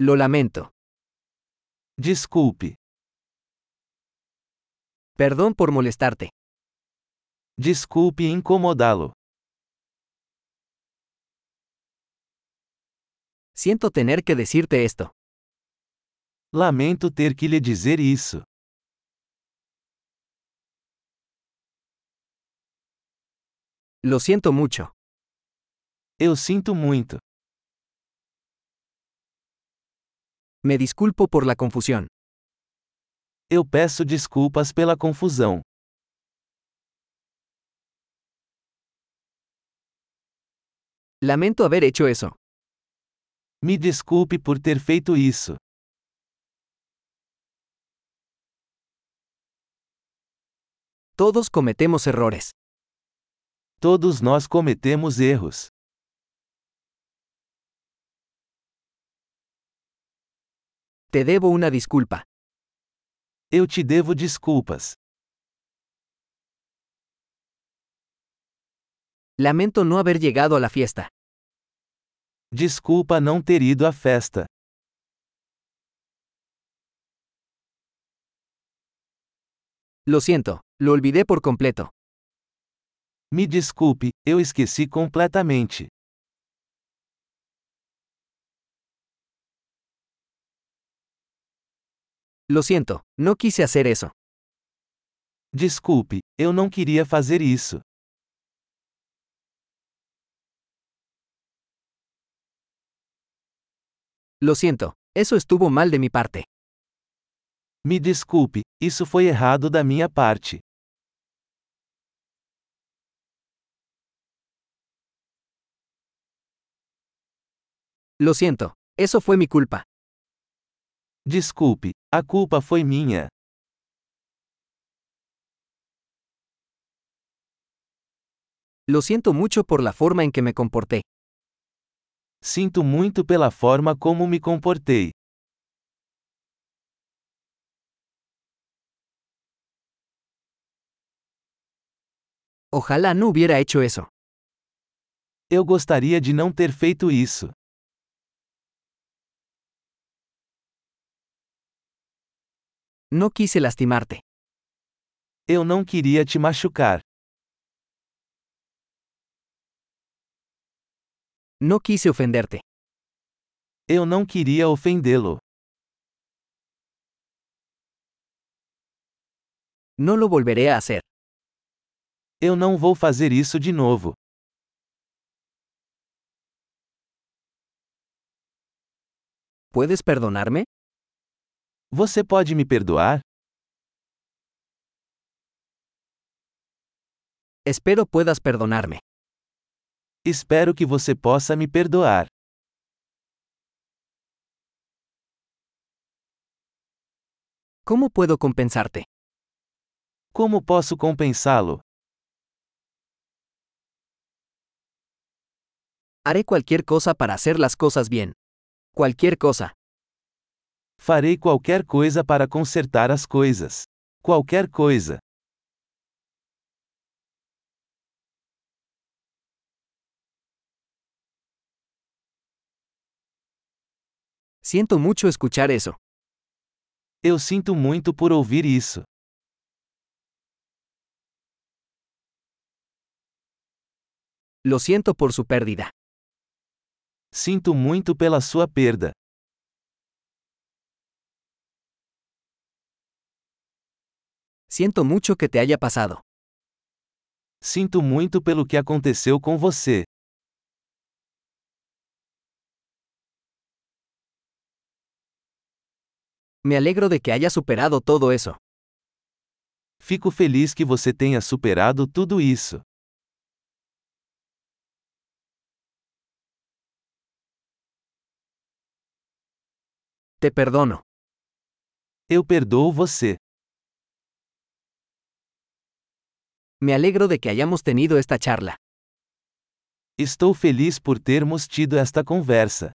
Lo lamento. Desculpe. Perdón por molestarte. Desculpe incomodá-lo. Siento tener que decirte esto. Lamento ter que lhe dizer isso. Lo siento mucho. Eu sinto muito. Me disculpo por la confusión. Eu peço desculpas pela confusão. Lamento haber hecho eso. Me desculpe por ter feito isso. Todos cometemos errores. Todos nós cometemos erros. Te debo una disculpa. Eu te devo desculpas. Lamento no haber llegado a la fiesta. Desculpa não ter ido à festa. Lo siento, lo olvidé por completo. Me desculpe, eu esqueci completamente. Lo siento, no quise hacer eso. Desculpe, eu não queria fazer isso. Lo siento, eso estuvo mal de mi parte. Me desculpe, isso foi errado da minha parte. Lo siento, eso fue mi culpa. Desculpe, a culpa foi minha. Lo siento mucho por la forma en que me comporté. Sinto muito pela forma como me comportei. Ojalá no hubiera hecho eso. Eu gostaria de não ter feito isso. No quise lastimarte. Eu não queria te machucar. No quise ofenderte. Eu não queria ofendê-lo. No lo volveré a hacer. Eu não vou fazer isso de novo. ¿Puedes perdonarme? Você pode me perdoar? Espero puedas perdonarme. Espero que você possa me perdoar. ¿Cómo puedo compensarte? Como posso compensá-lo? Haré cualquier cosa para hacer las cosas bien. Cualquier cosa. Farei qualquer coisa para consertar as coisas. Qualquer coisa. Siento mucho escuchar eso. Eu sinto muito por ouvir isso. Lo siento por su pérdida. Sinto muito pela sua perda. Siento mucho que te haya pasado. Sinto muito pelo que aconteceu com você. Me alegro de que hayas superado todo eso. Fico feliz que você tenha superado tudo isso. Te perdono. Eu perdoo você. Me alegro de que hayamos tenido esta charla. Estou feliz por termos tido esta conversa.